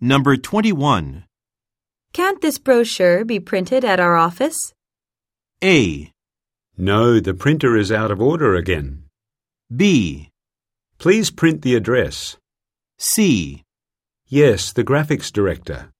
Number 21. Can't this brochure be printed at our office? A. No, the printer is out of order again. B. Please print the address. C. Yes, the graphics director.